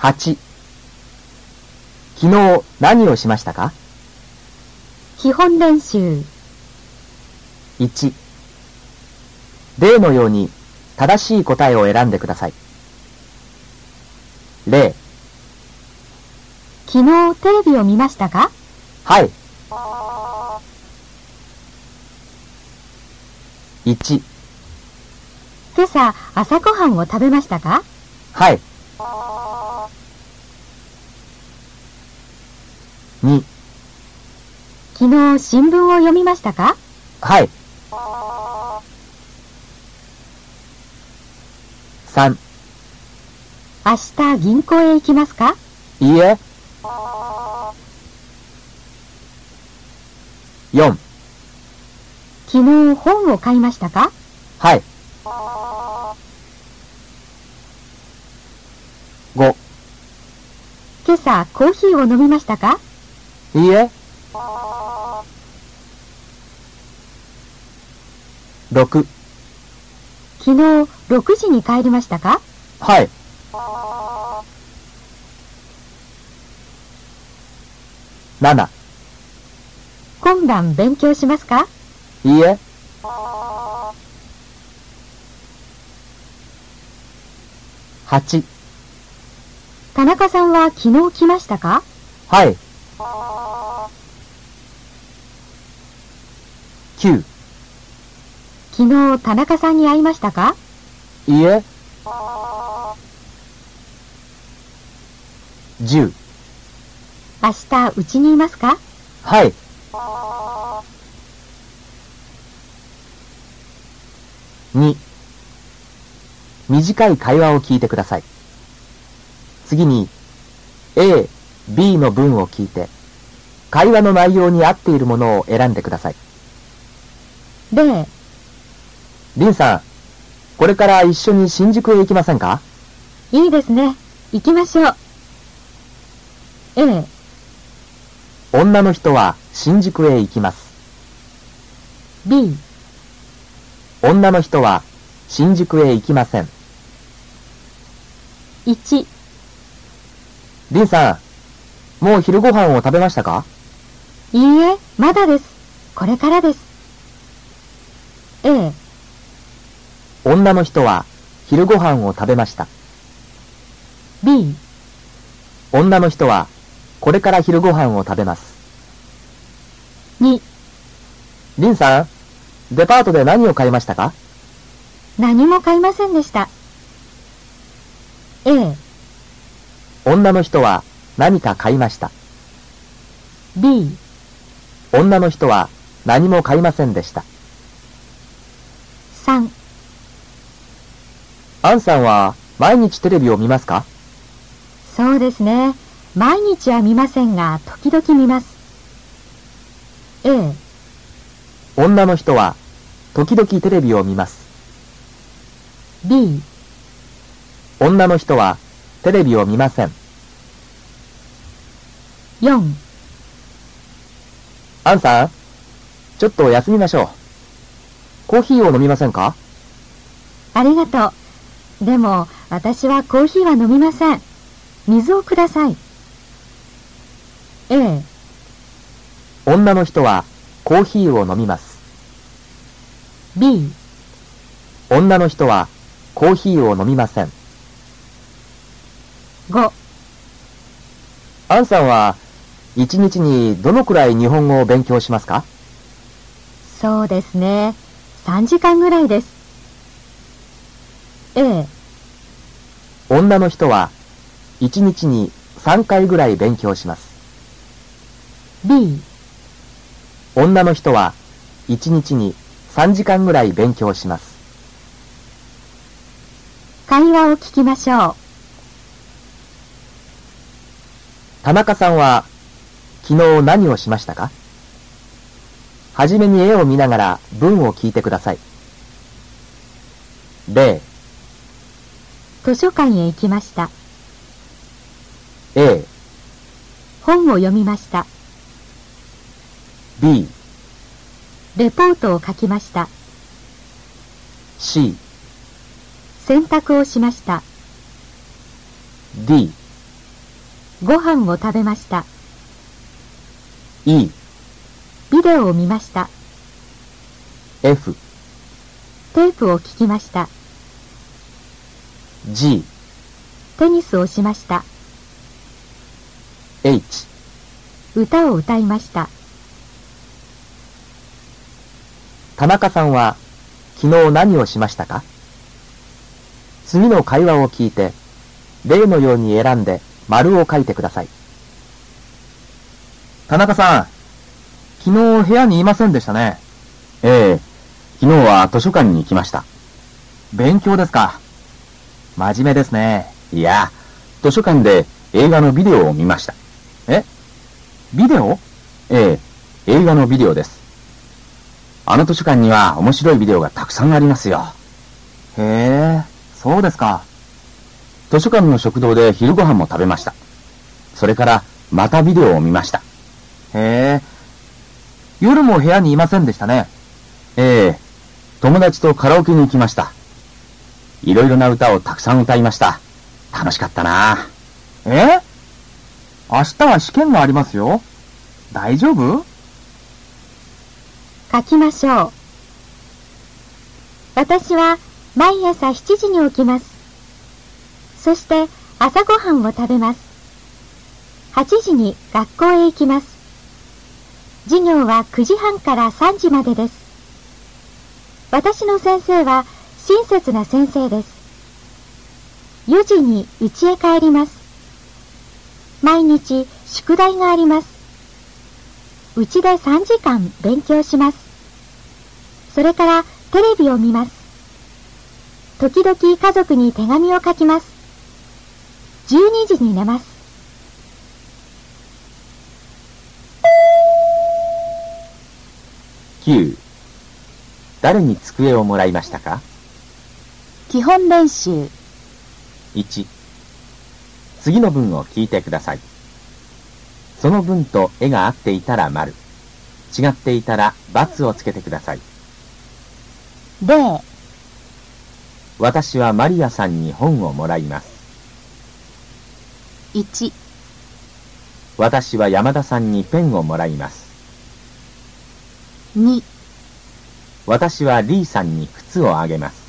8昨日何をしましたか基本練習、 1例のように正しい答えを選んでください0昨日テレビを見ましたかはい1今朝朝ごはんを食べましたかはい2昨日新聞を読みましたかはい。三、明日銀行へ行きますかいいえ。四、昨日本を買いましたかはい。五、今朝コーヒーを飲みましたかいいえ。六、昨日6時に帰りましたかはい。七、今晩勉強しますかいいえ。八、田中さんは昨日来ましたかはい。九、昨日田中さんに会いましたかいいえ。十、明日うちにいますかはい。二、短い会話を聞いてください。次に、A、B の文を聞いて、会話の内容に合っているものを選んでください。例リンさん、これから一緒に新宿へ行きませんかいいですね行きましょう A 女の人は新宿へ行きます。 B 女の人は新宿へ行きません。 1リンさん、もう昼ご飯を食べましたかいいえまだですこれからです A 女の人は昼ご飯を食べました。 B 女の人はこれから昼ご飯を食べます。 2リンさん、デパートで何を買いましたか何も買いませんでした A 女の人は何か買いました。 B 女の人は何も買いませんでした。 3アンさんは毎日テレビを見ますかそうですね毎日は見ませんが時々見ます A 女の人は時々テレビを見ます。 B 女の人はテレビを見ません。 4アンさん、ちょっと休みましょう。コーヒーを飲みませんかありがとうでも私はコーヒーは飲みません水をください A 女の人はコーヒーを飲みます。 B 女の人はコーヒーを飲みません。 5アンさんは一日にどのくらい日本語を勉強しますかそうですね3時間ぐらいです A 女の人は一日に3回ぐらい勉強します。 B 女の人は一日に3時間ぐらい勉強します。会話を聞きましょう田中さんは昨日何をしましたかはじめに絵を見ながら文を聞いてください。0、図書館へ行きました A、本を読みました B、レポートを書きました C、洗濯をしました D、ご飯を食べました。 E、ビデオを見ました。 F、テープを聞きました。 G、テニスをしました。 H、歌を歌いました。田中さんは昨日何をしましたか次の会話を聞いて、例のように選んで丸を書いてください。田中さん、昨日部屋にいませんでしたね。ええ、昨日は図書館に行きました。勉強ですか。真面目ですね。いや、図書館で映画のビデオを見ました。えビデオええ、映画のビデオです。あの図書館には面白いビデオがたくさんありますよ。へえ、そうですか。図書館の食堂で昼ご飯も食べました。それから、またビデオを見ました。へえ、夜も部屋にいませんでしたね。ええ、友達とカラオケに行きました。いろいろな歌をたくさん歌いました。楽しかったなえ明日は試験がありますよ。大丈夫書きましょう。私は毎朝7時に起きます。そして朝ごはんを食べます。8時に学校へ行きます。授業は9時半から3時までです。私の先生は親切な先生です。4時に家へ帰ります。毎日宿題があります。うちで3時間勉強します。それからテレビを見ます。時々家族に手紙を書きます。12時に寝ます。 9誰に机をもらいましたか基本練習。 1次の文を聞いてくださいその文と絵が合っていたら丸違っていたら×をつけてください0、私はマリアさんに本をもらいます1、私は山田さんにペンをもらいます2、私はリーさんに靴をあげます